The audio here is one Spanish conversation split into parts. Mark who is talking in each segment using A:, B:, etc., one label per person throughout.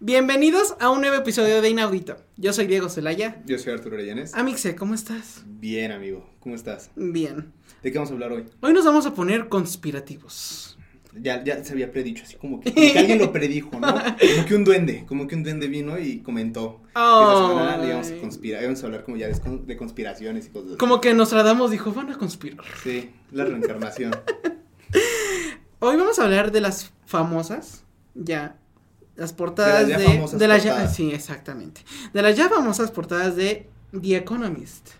A: Bienvenidos a un nuevo episodio de Inaudito. Yo soy Diego Celaya.
B: Yo soy Arturo Arellanes.
A: Amixe, ¿cómo estás?
B: Bien, amigo. ¿Cómo estás?
A: Bien.
B: ¿De qué vamos a hablar hoy?
A: Hoy nos vamos a poner conspirativos.
B: Ya, ya se había predicho, así como que, como que alguien lo predijo, ¿no? Como que un duende, como que un duende vino y comentó. que la semana le íbamos a
A: Ay.
B: conspirar, íbamos a hablar como ya de, cons- de conspiraciones y cosas así.
A: Como que Nostradamus dijo, van a conspirar.
B: Sí, la reencarnación.
A: Hoy vamos a hablar de las famosas, ya, las portadas
B: las
A: de...
B: ya famosas
A: de las ya-
B: portadas.
A: sí, exactamente. De las ya famosas portadas de The Economist.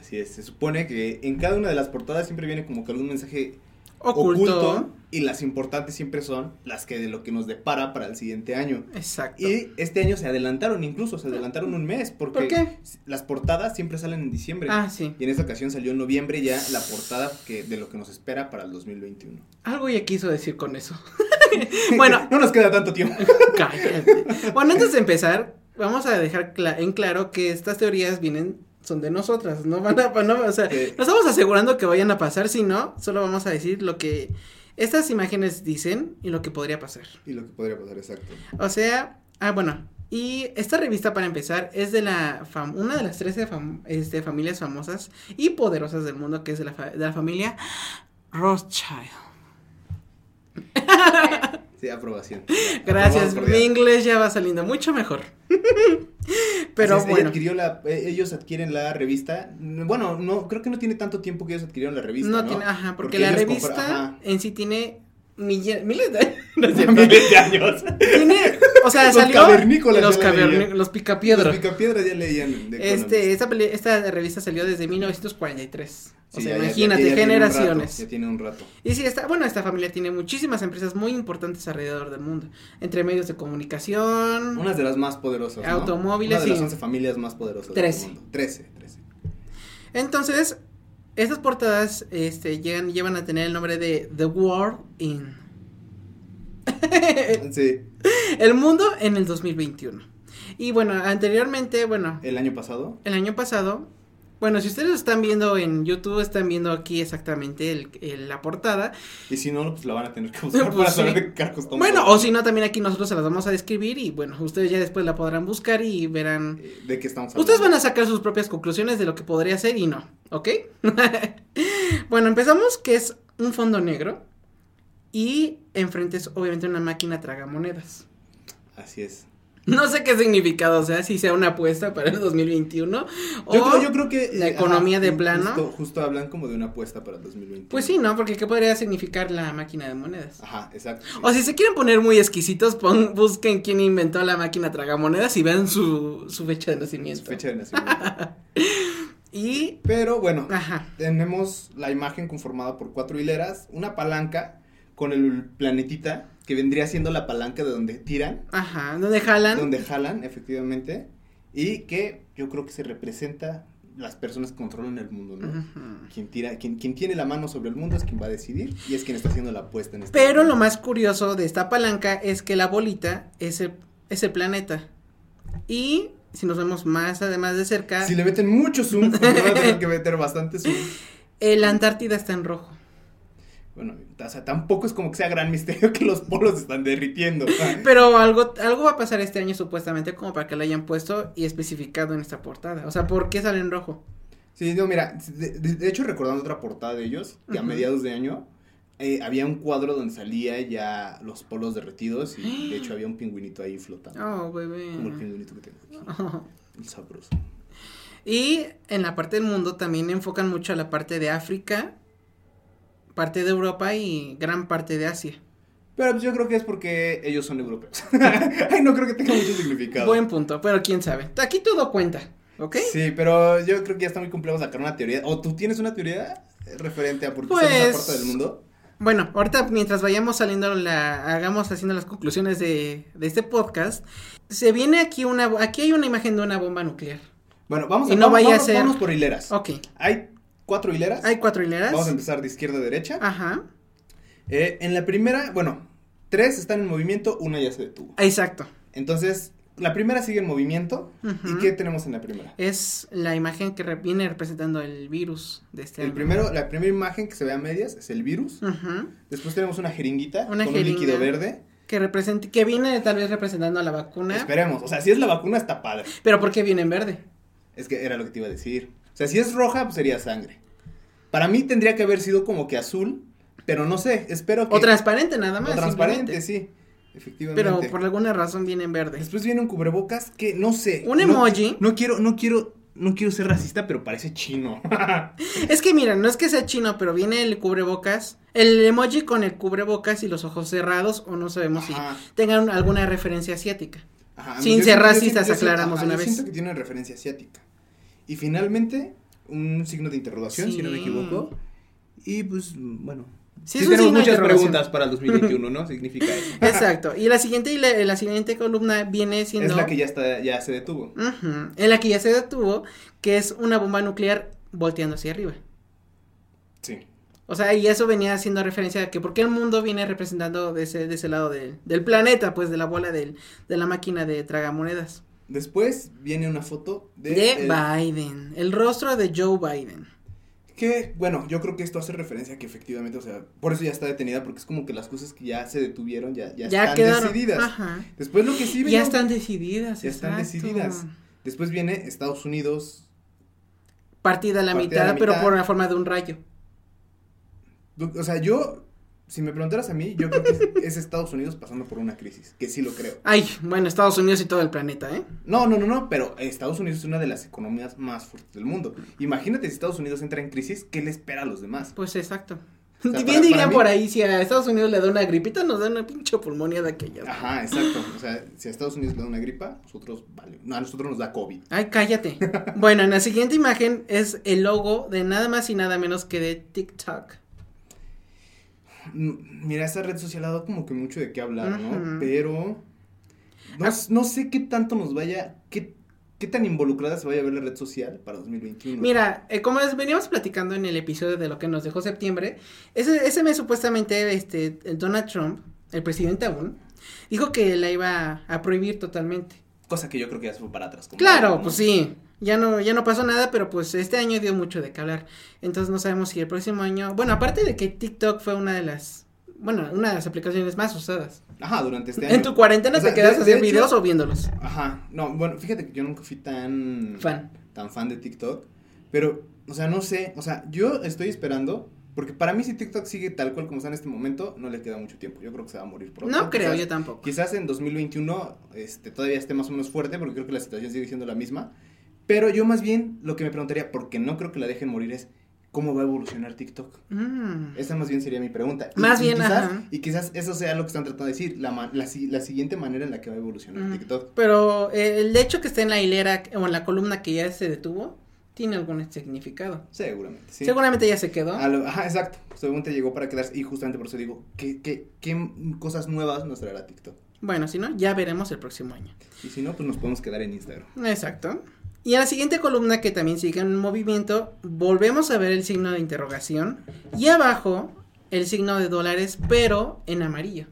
B: Así es, se supone que en cada una de las portadas siempre viene como que algún mensaje
A: Oculto.
B: y las importantes siempre son las que de lo que nos depara para el siguiente año.
A: Exacto.
B: Y este año se adelantaron incluso, se adelantaron un mes porque
A: ¿Por qué?
B: las portadas siempre salen en diciembre.
A: Ah, sí.
B: Y en esta ocasión salió en noviembre ya la portada que, de lo que nos espera para el 2021.
A: Algo ya quiso decir con eso. bueno,
B: no nos queda tanto tiempo.
A: Cállate. Bueno, antes de empezar, vamos a dejar cla- en claro que estas teorías vienen, son de nosotras, no van a, no, o sea,
B: Sí.
A: no estamos asegurando que vayan a pasar, si no, solo vamos a decir lo que estas imágenes dicen y lo que podría pasar.
B: Y lo que podría pasar, exacto.
A: O sea, ah, bueno, y esta revista para empezar es de la, fam- una de las 13 fam- este, familias famosas y poderosas del mundo, que es de la, fa- de la familia Rothschild.
B: Sí, aprobación.
A: Gracias,
B: Aprobado
A: mi
B: cordial.
A: inglés ya va saliendo mucho mejor. Pero
B: Así es, ella
A: bueno.
B: adquirió la- eh, ellos adquieren la revista. n- Bueno, no, creo que no tiene tanto tiempo que ellos adquirieron la revista. No,
A: No, tiene, ajá, porque,
B: Porque
A: la
B: ellos
A: revista
B: compra- ajá.
A: en sí tiene mille- miles de años. no es cierto.
B: Miles de años.
A: tiene, o sea,
B: Los
A: salió
B: cavernícolas
A: los
B: ya la leían.
A: cavernícolas, los
B: Los
A: picapiedras.
B: picapiedras ya leían. de
A: Este,
B: Economist.
A: esta, peli- esta revista salió desde 1943. O
B: Sí,
A: sea,
B: ya- ya-
A: imagínate,
B: ya- ya tiene un rato,
A: generaciones.
B: ya tiene un rato.
A: Y sí, esta, bueno, esta familia tiene muchísimas empresas muy importantes alrededor del mundo. Entre medios de comunicación.
B: Una de las más poderosas. ¿no?
A: Automóviles,
B: Una de las
A: sí.
B: 11 familias más poderosas.
A: Trece.
B: Del mundo. 13. 13.
A: Entonces, estas portadas este, llegan, llevan a tener el nombre de The World in. Eh,
B: Sí.
A: El mundo en el 2021. Y bueno, anteriormente, bueno,
B: El año pasado.
A: el año pasado, bueno, si ustedes lo están viendo en YouTube, están viendo aquí exactamente el- el- la portada.
B: Y si no, pues la van a tener que buscar
A: Pues
B: para
A: sí.
B: saber de qué carajos estamos
A: Bueno, o
B: hablando.
A: si no, también aquí nosotros se las vamos a describir y bueno, ustedes ya después la podrán buscar y verán.
B: Eh, ¿De qué estamos hablando?
A: Ustedes van a sacar sus propias conclusiones de lo que podría ser y no, ¿ok? bueno, empezamos que es un fondo negro y enfrente es obviamente una máquina tragamonedas.
B: Así es.
A: No sé qué significado, o sea, si sea una apuesta para el 2021 o...
B: Yo, creo, yo creo que...
A: la
B: eh,
A: economía de
B: ju-
A: plano.
B: Justo, justo hablan como de una apuesta para el 2021.
A: Pues sí, ¿no? Porque ¿qué podría significar la máquina de monedas?
B: Ajá, exacto. sí.
A: O si se quieren poner muy exquisitos, pon- busquen quién inventó la máquina tragamonedas y vean su, su fecha de
B: Es
A: nacimiento.
B: fecha de nacimiento.
A: Y...
B: Pero bueno,
A: Ajá.
B: tenemos la imagen conformada por cuatro hileras, una palanca con el planetita, que vendría siendo la palanca de donde tiran,
A: Ajá. ¿Dónde jalan?
B: donde jalan, efectivamente, y que yo creo que se representa las personas que controlan el mundo, ¿no?
A: Ujú.
B: Quien, tira, quien, quien tiene la mano sobre el mundo es quien va a decidir y es quien está haciendo la apuesta en este
A: Pero lo
B: momento.
A: más curioso de esta palanca es que la bolita es el, es el planeta. Y si nos vemos más además de cerca,
B: Si le meten mucho zoom, porque van a tener que meter bastante zoom.
A: el Antártida está en rojo.
B: Bueno, o sea, tampoco es como que sea gran misterio que los polos están derritiendo.
A: Pero algo, algo va a pasar este año supuestamente como para que lo hayan puesto y especificado en esta portada. O sea, ¿por qué sale en rojo?
B: Sí, no, mira, de, de- de hecho recordando otra portada de ellos, que a
A: Ujú.
B: mediados de año eh, había un cuadro donde salía ya los polos derretidos y de hecho había un pingüinito ahí flotando.
A: Oh, bebé.
B: Como el pingüinito que tengo aquí. El sabroso.
A: Y en la parte del mundo también enfocan mucho a la parte de África, parte de Europa y gran parte de Asia.
B: Pero pues yo creo que es porque ellos son europeos. Ay, no creo que tenga mucho significado.
A: Buen punto, pero quién sabe. Aquí todo cuenta, ¿ok?
B: Sí, pero yo creo que ya está muy complejo sacar una teoría. ¿O tú tienes una teoría referente a por qué
A: Pues-
B: somos esa parte del mundo?
A: Bueno, ahorita mientras vayamos saliendo, la, hagamos haciendo las conclusiones de, de este podcast, se viene aquí una, aquí hay una imagen de una bomba nuclear.
B: Bueno, vamos
A: Y
B: a,
A: no
B: vamos,
A: vaya a
B: vamos-
A: ser-
B: vamos por hileras.
A: Ok,
B: Hay cuatro hileras.
A: hay cuatro hileras.
B: Vamos a empezar de izquierda a derecha.
A: Ajá.
B: Eh, en la primera, bueno, tres están en movimiento, una ya se detuvo.
A: Exacto.
B: Entonces, la primera sigue en movimiento.
A: Ujú.
B: ¿Y qué tenemos en la primera?
A: Es la imagen que re- viene representando el virus de este
B: El
A: año.
B: primero, la primera imagen que se ve a medias es el virus.
A: Ujú.
B: Después tenemos una jeringuita
A: Una
B: con
A: jeringa.
B: un líquido verde.
A: Que represente, que viene tal vez representando a la vacuna.
B: Esperemos, o sea, si es la vacuna está padre.
A: Pero ¿por qué viene en verde?
B: Es que era lo que te iba a decir. O sea, si es roja, pues sería sangre. Para mí tendría que haber sido como que azul, pero no sé, espero que...
A: O transparente nada
B: o
A: más.
B: transparente,
A: simplemente.
B: sí, efectivamente.
A: Pero por alguna razón viene en verde.
B: Después viene un cubrebocas que no sé.
A: Un
B: no-
A: emoji.
B: No, quiero, no quiero, no quiero ser racista, pero parece chino.
A: Es que mira, no es que sea chino, pero viene el cubrebocas. El emoji con el cubrebocas y los ojos cerrados, o no sabemos
B: Ajá.
A: si tengan alguna referencia asiática.
B: Ajá,
A: Sin ser
B: yo siento- yo
A: racistas,
B: siento- yo siento-
A: aclaramos
B: ajá,
A: de una
B: yo
A: vez.
B: Siento que tiene referencia asiática. Y finalmente, un signo de interrogación, si no me
A: Sí.
B: equivoco. Y pues, mm, bueno.
A: Sí,
B: Sí,
A: es un signo
B: tenemos
A: de
B: muchas
A: interrogación.
B: preguntas para el 2021, ¿no? Significa eso.
A: Exacto. Y la siguiente, y la, la siguiente columna viene siendo.
B: Es la que ya está, ya se detuvo.
A: Ujú, En la que ya se detuvo, que es una bomba nuclear volteando hacia arriba.
B: Sí.
A: O sea, y eso venía haciendo referencia a que por qué el mundo viene representando de ese, de ese lado del- del planeta, pues de la bola del, de la máquina de tragamonedas.
B: Después viene una foto de.
A: De,
B: el-
A: Biden, el rostro de Joe Biden.
B: que, bueno, yo creo que esto hace referencia a que efectivamente, o sea, por eso ya está detenida, porque es como que las cosas que ya se detuvieron ya, ya,
A: Ya,
B: están
A: quedaron.
B: decididas.
A: Ajá.
B: Después lo que sí
A: ya
B: venía-
A: están decididas.
B: Ya están
A: exacto.
B: decididas. Después viene Estados Unidos.
A: Partida a la,
B: Partida
A: mitad,
B: a la
A: pero
B: mitad.
A: por la forma de un rayo.
B: O sea, yo, si me preguntaras a mí, yo creo que es, es Estados Unidos pasando por una crisis, que sí lo creo.
A: Ay, bueno, Estados Unidos y todo el planeta, ¿eh?
B: No, no, no, no, pero Estados Unidos es una de las economías más fuertes del mundo. Imagínate si Estados Unidos entra en crisis, ¿qué le espera a los demás?
A: Pues exacto.
B: sea,
A: Bien
B: para-
A: dirían
B: para mí-
A: por ahí, si a Estados Unidos le da una gripita, nos da una pinche pulmonía de aquellas.
B: Ajá, exacto. O sea, si a Estados Unidos le da una gripa, nosotros, vale. No, a nosotros nos da COVID.
A: Ay, cállate. Bueno, en la siguiente imagen es el logo de nada más y nada menos que de TikTok.
B: Mm, Mira, esa red social ha dado como que mucho de qué hablar, ¿no?
A: Ujú.
B: Pero no,
A: Ah.
B: s- no sé qué tanto nos vaya, qué, qué tan involucrada se vaya a ver la red social para 2021.
A: Mira, eh, como les veníamos platicando en el episodio de lo que nos dejó septiembre, ese, ese mes supuestamente este, el Donald Trump, el presidente aún, dijo que la iba a prohibir totalmente.
B: Cosa que yo creo que ya se fue para atrás. como
A: Claro,
B: ¿no?
A: pues sí. Ya no, ya no pasó nada, pero pues este año dio mucho de qué hablar. Entonces no sabemos si el próximo año. Bueno, aparte de que TikTok fue una de las. Bueno, una de las aplicaciones más usadas.
B: Ajá, durante este año.
A: ¿En tu cuarentena
B: O sea,
A: te quedas
B: de-
A: a
B: de
A: hacer
B: hecho-
A: videos o viéndolos?
B: Ajá. No, bueno, fíjate que yo nunca fui tan
A: Fan.
B: tan fan de TikTok, pero o sea, no sé, o sea, yo estoy esperando porque para mí si TikTok sigue tal cual como está en este momento, no le queda mucho tiempo. Yo creo que se va a morir pronto.
A: No creo,
B: quizás-
A: yo tampoco.
B: Quizás en 2021 este, todavía esté más o menos fuerte, porque creo que la situación sigue siendo la misma. Pero yo más bien lo que me preguntaría, porque no creo que la dejen morir, es cómo va a evolucionar TikTok.
A: Mm.
B: Esa más bien sería mi pregunta. Y-
A: Más
B: y
A: bien,
B: quizás,
A: ajá.
B: Y quizás eso sea lo que están tratando de decir, la, ma- la, si- la siguiente manera en la que va a evolucionar
A: Mm.
B: TikTok.
A: Pero eh, el hecho que esté en la hilera o en la columna que ya se detuvo, tiene algún significado.
B: Seguramente, sí.
A: Seguramente ya se quedó.
B: A lo- ajá, exacto. Seguramente llegó para quedarse. Y justamente por eso digo, ¿qué, qué, qué cosas nuevas nos traerá TikTok?
A: Bueno, si no, ya veremos el próximo año.
B: Y si no, pues nos podemos quedar en Instagram.
A: Exacto. Y en la siguiente columna que también sigue en movimiento, volvemos a ver el signo de interrogación y abajo el signo de dólares, pero en amarillo.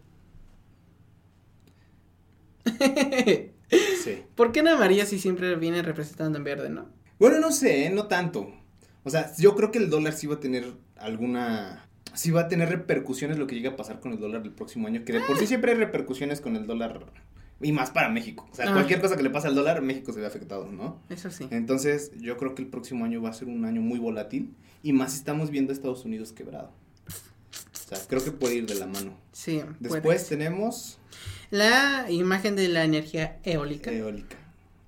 B: Sí.
A: ¿Por qué en amarillo si siempre viene representando en verde, no?
B: Bueno, no sé, ¿eh? no tanto. O sea, yo creo que el dólar sí va a tener alguna... Sí va a tener repercusiones lo que llega a pasar con el dólar el próximo año, que de por sí siempre hay repercusiones con el dólar, y más para México. O sea,
A: Ah.
B: cualquier cosa que le pase al dólar, México se ve afectado, ¿no?
A: Eso sí.
B: Entonces, yo creo que el próximo año va a ser un año muy volátil, y más si estamos viendo a Estados Unidos quebrado. O sea, creo que puede ir de la mano.
A: Sí. puede.
B: Después tenemos
A: La imagen de la energía eólica.
B: Eólica,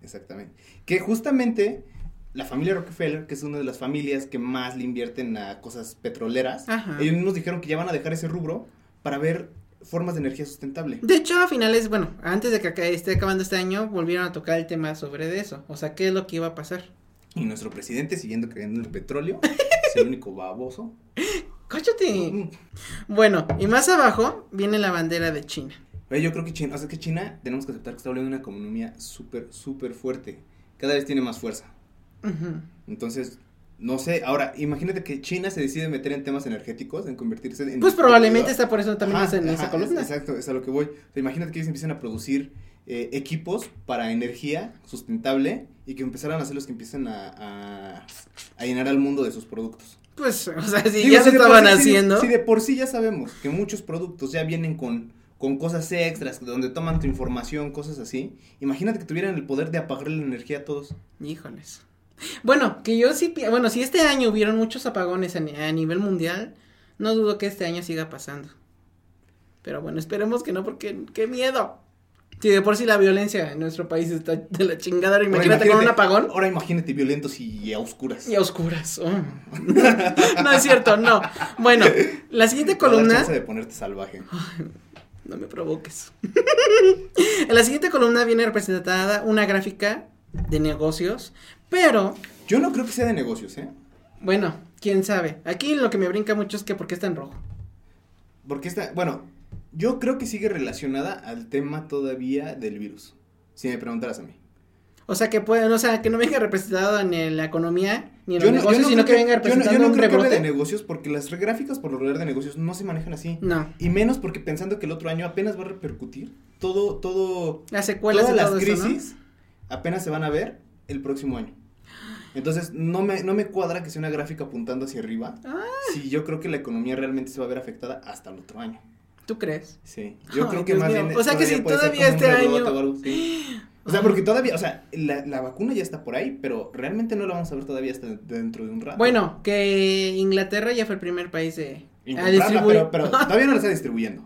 B: exactamente. Que justamente la familia Rockefeller, que es una de las familias que más le invierten a cosas petroleras,
A: Ajá.
B: ellos mismos dijeron que ya van a dejar ese rubro para ver formas de energía sustentable.
A: De hecho, a finales, bueno, antes de que aca- esté acabando este año, volvieron a tocar el tema sobre de eso. O sea, ¿qué es lo que iba a pasar?
B: Y nuestro presidente, siguiendo creyendo en el petróleo, es el único baboso.
A: ¡Cállate!
B: Mm.
A: Bueno, y más abajo viene la bandera de China.
B: Oye, Yo creo que China, o sea, que China tenemos que aceptar que está volviendo una economía súper, súper fuerte. Cada vez tiene más fuerza.
A: Ujú.
B: Entonces, no sé, ahora imagínate que China se decide meter en temas energéticos, en convertirse en...
A: Pues probablemente
B: distribuidor.
A: está por eso también
B: Ajá,
A: hacen
B: ajá,
A: esa columna.
B: es- exacto, es a lo que voy. O sea, imagínate que ellos empiezan a producir eh, equipos para energía sustentable y que empezaran a ser los que empiezan a, a- a llenar al mundo de sus productos.
A: Pues, o sea, si
B: Digo,
A: ya
B: si
A: se
B: de por
A: estaban
B: sí- si de-
A: haciendo.
B: Si de por sí ya sabemos que muchos productos ya vienen con con cosas extras, donde toman tu información, cosas así. Imagínate que tuvieran el poder de apagar la energía a todos.
A: Híjoles. Bueno, que yo sí, pi- bueno, si este año hubieron muchos apagones a, ni- a nivel mundial, no dudo que este año siga pasando. Pero bueno, esperemos que no, porque qué miedo. Si de por sí la violencia en nuestro país está de la chingada, ahora
B: Ahora
A: imagínate con un apagón
B: Ahora imagínate violentos y a oscuras.
A: y a oscuras. oh. no es cierto, no. Bueno, la siguiente
B: No da
A: columna
B: chance de ponerte salvaje.
A: No me provoques. en la siguiente columna viene representada una gráfica de negocios, pero
B: Yo no creo que sea de negocios, ¿eh?
A: bueno, quién sabe. Aquí lo que me brinca mucho es que porque está en rojo.
B: Porque esta, bueno, yo creo que sigue relacionada al tema todavía del virus. Si me preguntaras a mí.
A: O sea, que puede, o sea, que no venga representado ni en la economía ni en
B: Yo
A: los
B: no- yo
A: negocios,
B: no
A: sino que
B: creo
A: venga
B: yo no-
A: representado
B: yo no
A: un
B: creo que hable de
A: rebote.
B: negocios porque las gráficas por lo regular de negocios no se manejan así.
A: No,
B: Y menos porque pensando que el otro año apenas va a repercutir todo, todo,
A: las secuelas
B: todas
A: de
B: las
A: todo eso, ¿no?
B: crisis apenas se van a ver el próximo año. Entonces, no me, no me cuadra que sea una gráfica apuntando hacia arriba.
A: Ah.
B: Si yo creo que la economía realmente se va a ver afectada hasta el otro año.
A: ¿Tú crees?
B: Sí, yo
A: Ay,
B: creo que
A: Dios
B: más
A: mío.
B: bien.
A: O sea, que si
B: puede ser
A: todavía
B: como un
A: este
B: rebote
A: año-
B: o algo así. O sea, porque todavía, o sea, la, la vacuna ya está por ahí, pero realmente no la vamos a ver todavía hasta dentro de un rato.
A: Bueno, que Inglaterra ya fue el primer país de
B: Y
A: a
B: comprarla,
A: distribuir.
B: pero, pero todavía no la está distribuyendo.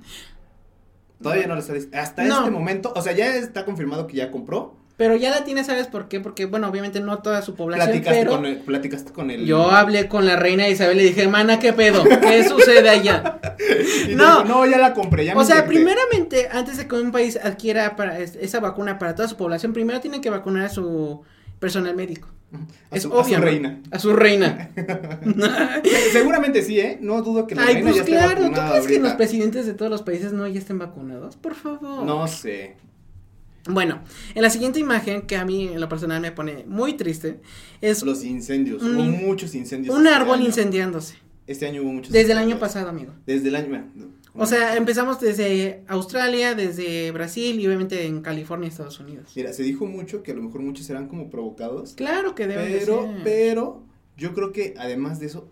B: Todavía no la está dis- Hasta
A: No.
B: este momento, o sea, ya está confirmado que ya compró.
A: Pero ya la tiene, ¿sabes por qué? Porque bueno, obviamente no toda su población,
B: Platicaste,
A: pero
B: con el, platicaste con el.
A: Yo hablé con la reina Isabel y le dije, mana, ¿qué pedo? ¿Qué sucede allá?
B: y
A: no.
B: dijo, no, ya la compré. Ya me
A: O sea,
B: inyecté".
A: primeramente, antes de que un país adquiera para es- esa vacuna para toda su población, primero tienen que vacunar a su personal médico.
B: A
A: es
B: su, a su
A: obvio. ¿no?
B: reina.
A: A su reina.
B: Se- Seguramente sí, ¿eh? No dudo que la
A: Ay,
B: reina
A: pues
B: ya esté
A: claro, ¿tú crees
B: vacunada
A: que los
B: ahorita.
A: presidentes de todos los países no ya estén vacunados? Por favor.
B: No sé.
A: Bueno, en la siguiente imagen, que a mí en lo personal me pone muy triste, es
B: Los incendios.
A: Un-
B: hubo muchos incendios.
A: Mm. un
B: este
A: árbol
B: año.
A: incendiándose.
B: Este año hubo muchos.
A: Desde el año
B: incendios.
A: pasado, amigo.
B: Desde el año. bueno, no,
A: O sea, empezamos desde Australia, desde Brasil y obviamente en California, Estados Unidos.
B: Mira, se dijo mucho que a lo mejor muchos serán como provocados.
A: Claro que deben de
B: Pero,
A: ser.
B: pero, yo creo que además de eso,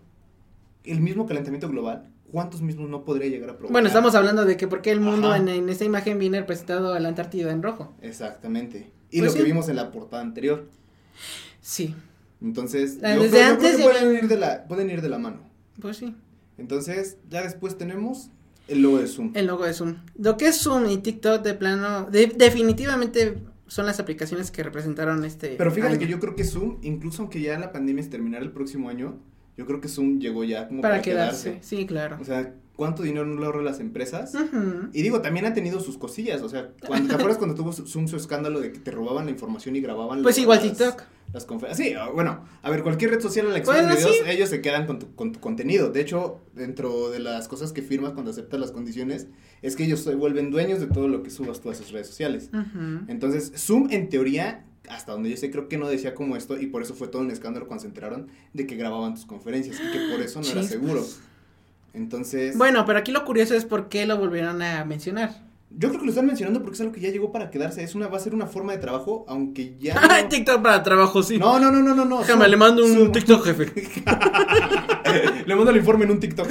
B: el mismo calentamiento global, ¿cuántos mismos no podría llegar a provocar?
A: Bueno, estamos hablando de que por qué el mundo
B: Ajá.
A: en, en esta imagen viene representado a la Antártida en rojo.
B: Exactamente. Y
A: Pues
B: lo que
A: sí.
B: vimos en la portada anterior.
A: Sí,
B: Entonces,
A: La-
B: yo
A: desde
B: creo, yo
A: antes
B: creo que
A: ya
B: pueden
A: ven-
B: ir, de la, pueden ir de la mano.
A: pues sí.
B: Entonces, ya después tenemos el logo de Zoom.
A: El logo de Zoom. Lo que es Zoom y TikTok de plano, de- definitivamente son las aplicaciones que representaron este.
B: Pero fíjate
A: año.
B: que yo creo que Zoom, incluso aunque ya la pandemia se terminara el próximo año, yo creo que Zoom llegó ya como
A: Para, quedarse. Sí, claro.
B: O sea, ¿cuánto dinero no le ahorran las empresas?
A: Ujú.
B: Y digo, también ha tenido sus cosillas, o sea, cuando, ¿te acuerdas cuando tuvo su- Zoom su escándalo de que te robaban la información y grababan
A: Pues
B: las-
A: igual
B: las-
A: TikTok. Pues
B: Las conferencias. Sí, ah, bueno, a ver, cualquier red social a la que subas
A: Bueno,
B: videos,
A: sí.
B: ellos se quedan con tu, con tu contenido. De hecho, dentro de las cosas que firmas cuando aceptas las condiciones, es que ellos se vuelven dueños de todo lo que subas tú a sus redes sociales.
A: Ujú.
B: Entonces, Zoom en teoría, hasta donde yo sé, creo que no decía como esto y por eso fue todo un escándalo cuando se enteraron de que grababan tus conferencias y que por eso no era
A: Chispas.
B: seguro. Entonces,
A: Bueno, pero aquí lo curioso es por qué lo volvieron a mencionar.
B: yo creo que lo están mencionando porque es algo que ya llegó para quedarse, es una va a ser una forma de trabajo, aunque ya
A: Ah,
B: no...
A: TikTok para trabajo, sí.
B: No, no, no, no, no, no.
A: Déjame,
B: Zoom,
A: le mando un
B: Zoom.
A: TikTok, jefe.
B: Le mando el informe en un TikTok.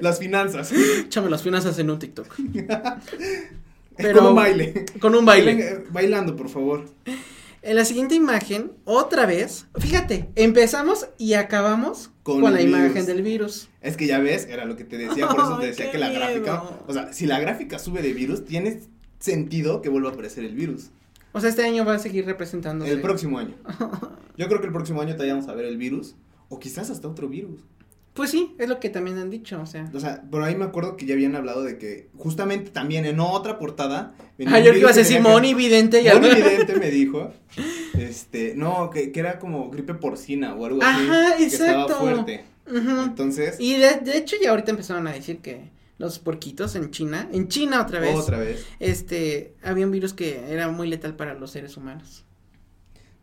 B: Las finanzas.
A: Échame las finanzas en un TikTok.
B: Es
A: Pero-
B: Con un baile.
A: Con un baile.
B: Bailen, eh, Bailando, por favor.
A: En la siguiente imagen, otra vez, fíjate, empezamos y acabamos
B: Con
A: con,
B: el
A: la
B: virus.
A: imagen del virus.
B: Es que ya ves, era lo que te decía, por eso te
A: Ay,
B: decía
A: qué
B: que la
A: miedo.
B: gráfica, o sea, si la gráfica sube de virus, tiene sentido que vuelva a aparecer el virus.
A: O sea, este año va a seguir representando.
B: El próximo año. Yo creo que el próximo año todavía vamos a ver el virus, o quizás hasta otro virus.
A: Pues sí, es lo que también han dicho, o sea.
B: O sea, por ahí me acuerdo que ya habían hablado de que justamente también en otra portada... venía un
A: Ayer Ah, que
B: virus
A: ibas a
B: que
A: decir
B: tenía que-
A: Moni Vidente y
B: Moni
A: algo.
B: Vidente me dijo, este, no, que, que era como gripe porcina o algo así.
A: Ajá,
B: que
A: exacto.
B: estaba fuerte.
A: Ujú.
B: Entonces,
A: Y de, de hecho ya ahorita empezaron a decir que los porquitos en China, en China otra vez,
B: otra vez.
A: este, había un virus que era muy letal para los seres humanos.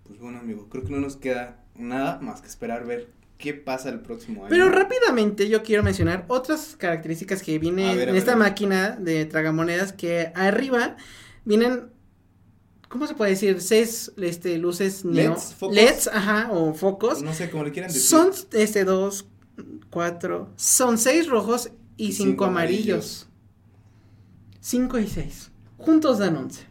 B: Pues bueno, amigo, creo que no nos queda nada más que esperar ver qué pasa el próximo año.
A: Pero rápidamente yo quiero mencionar otras características que
B: A
A: viene
B: ver, a
A: en
B: ver,
A: esta
B: a ver.
A: máquina de tragamonedas que arriba vienen ¿cómo se puede decir? seis este luces neo,
B: LEDs, E focos.
A: LEDs, ajá, o focos.
B: Pues No sé cómo le quieran decir.
A: son este dos, cuatro, son seis rojos y, cinco, amarillos. 5 y 6. Juntos dan 11.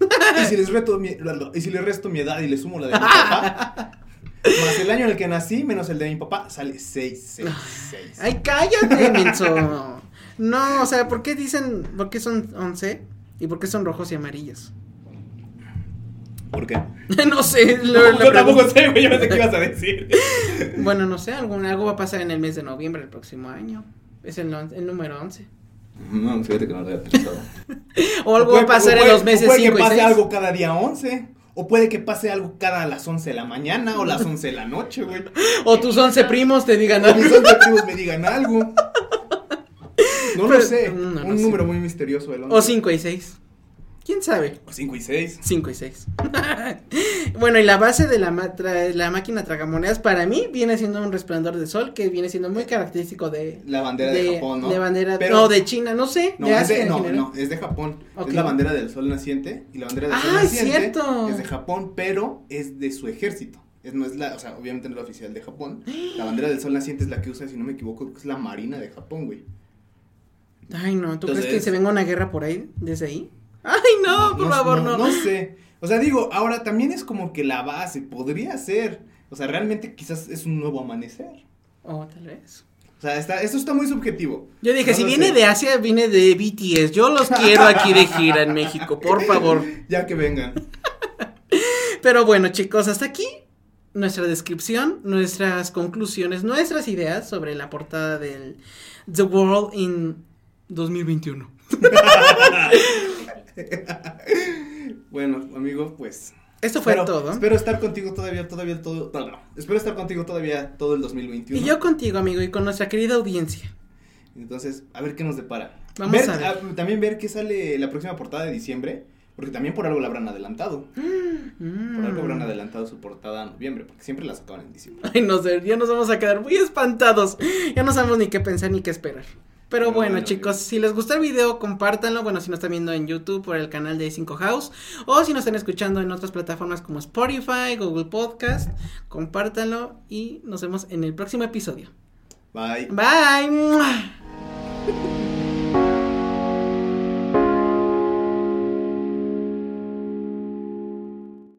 B: Y si les reto mi- la- la- y si le resto mi edad y le sumo la de mi papá, más el año en el que nací, menos el de mi papá, sale 6, 6, 6.
A: Ay, cállate, menso. No, o sea, ¿por qué dicen, por qué son 11 y por qué son rojos y amarillos?
B: ¿Por qué?
A: no sé. lo-
B: No,
A: la
B: yo tampoco
A: pregunta-
B: sé, güey, yo no sé qué ibas a decir.
A: Bueno, no sé, algún, algo va a pasar en el mes de noviembre del próximo año. Es el, on- el número 11.
B: No, fíjate que no lo había pensado.
A: O algo va a
B: Puede-
A: pasar
B: puede-
A: en los meses
B: puede
A: 5
B: que
A: y
B: pase
A: 6.
B: algo cada día 11. O puede que pase algo cada las 11 de la mañana o las 11 de la noche, güey.
A: O tus 11 primos te digan
B: O
A: algo.
B: mis objetivos me digan algo. No
A: Pero-
B: lo sé.
A: no lo
B: Un
A: sé.
B: número muy misterioso el 11.
A: O 5 y 6. ¿Quién sabe?
B: O 5 y 6.
A: 5 y 6. bueno, y la base de la, ma- tra- la máquina tragamonedas para mí viene siendo un resplandor de sol que viene siendo muy característico de...
B: La bandera de, Japón, ¿no?
A: de bandera...
B: Pero-
A: no, de China, no sé.
B: No,
A: de
B: es
A: Asia
B: de,
A: en
B: no,
A: general.
B: no, es de Japón.
A: Ok.
B: Es la bandera del sol naciente. Y la bandera del sol
A: Ah, es
B: naciente
A: cierto.
B: es de Japón, pero es de su ejército. Es, no es la, o sea, obviamente no es la oficial de Japón. La bandera del sol naciente es la que usa, si no me equivoco, es la marina de Japón, güey.
A: Ay, no, ¿tú crees que
B: Entonces-
A: se venga una guerra por ahí, desde ahí? Ay, no, por
B: no,
A: favor, no.
B: no. sé. O sea, digo, ahora también es como que la base, podría ser. O sea, realmente quizás es un nuevo amanecer.
A: O tal vez.
B: O sea, está, esto está muy subjetivo.
A: Yo dije,
B: No
A: si
B: lo
A: viene
B: sé.
A: de Asia, viene de BTS. Yo los quiero aquí de gira en México, por favor.
B: Ya que vengan.
A: Pero bueno, chicos, hasta aquí nuestra descripción, nuestras conclusiones, nuestras ideas sobre la portada del The World in 2021.
B: Bueno, amigo, pues.
A: Esto fue
B: espero-
A: todo.
B: Espero estar contigo todavía, todavía, todo. todo- no, espero estar contigo todavía todo el 2021.
A: Y yo contigo, amigo, y con nuestra querida audiencia.
B: Entonces, a ver qué nos depara.
A: Vamos a ver.
B: también ver qué sale la próxima portada de diciembre. Porque también por algo la habrán adelantado. Por algo habrán
A: Mm.
B: adelantado su portada a noviembre. Porque siempre la sacaban en diciembre.
A: Ay, no sé, ya nos vamos a quedar muy espantados. Ya no sabemos ni qué pensar ni qué esperar. Pero
B: Pero
A: bueno,
B: bueno,
A: chicos,
B: amigos.
A: si les gustó el video, compártanlo. Bueno, si nos están viendo en YouTube por el canal de 5 House o si nos están escuchando en otras plataformas como Spotify, Google Podcast, compártanlo y nos vemos en el próximo episodio.
B: Bye.
A: Bye.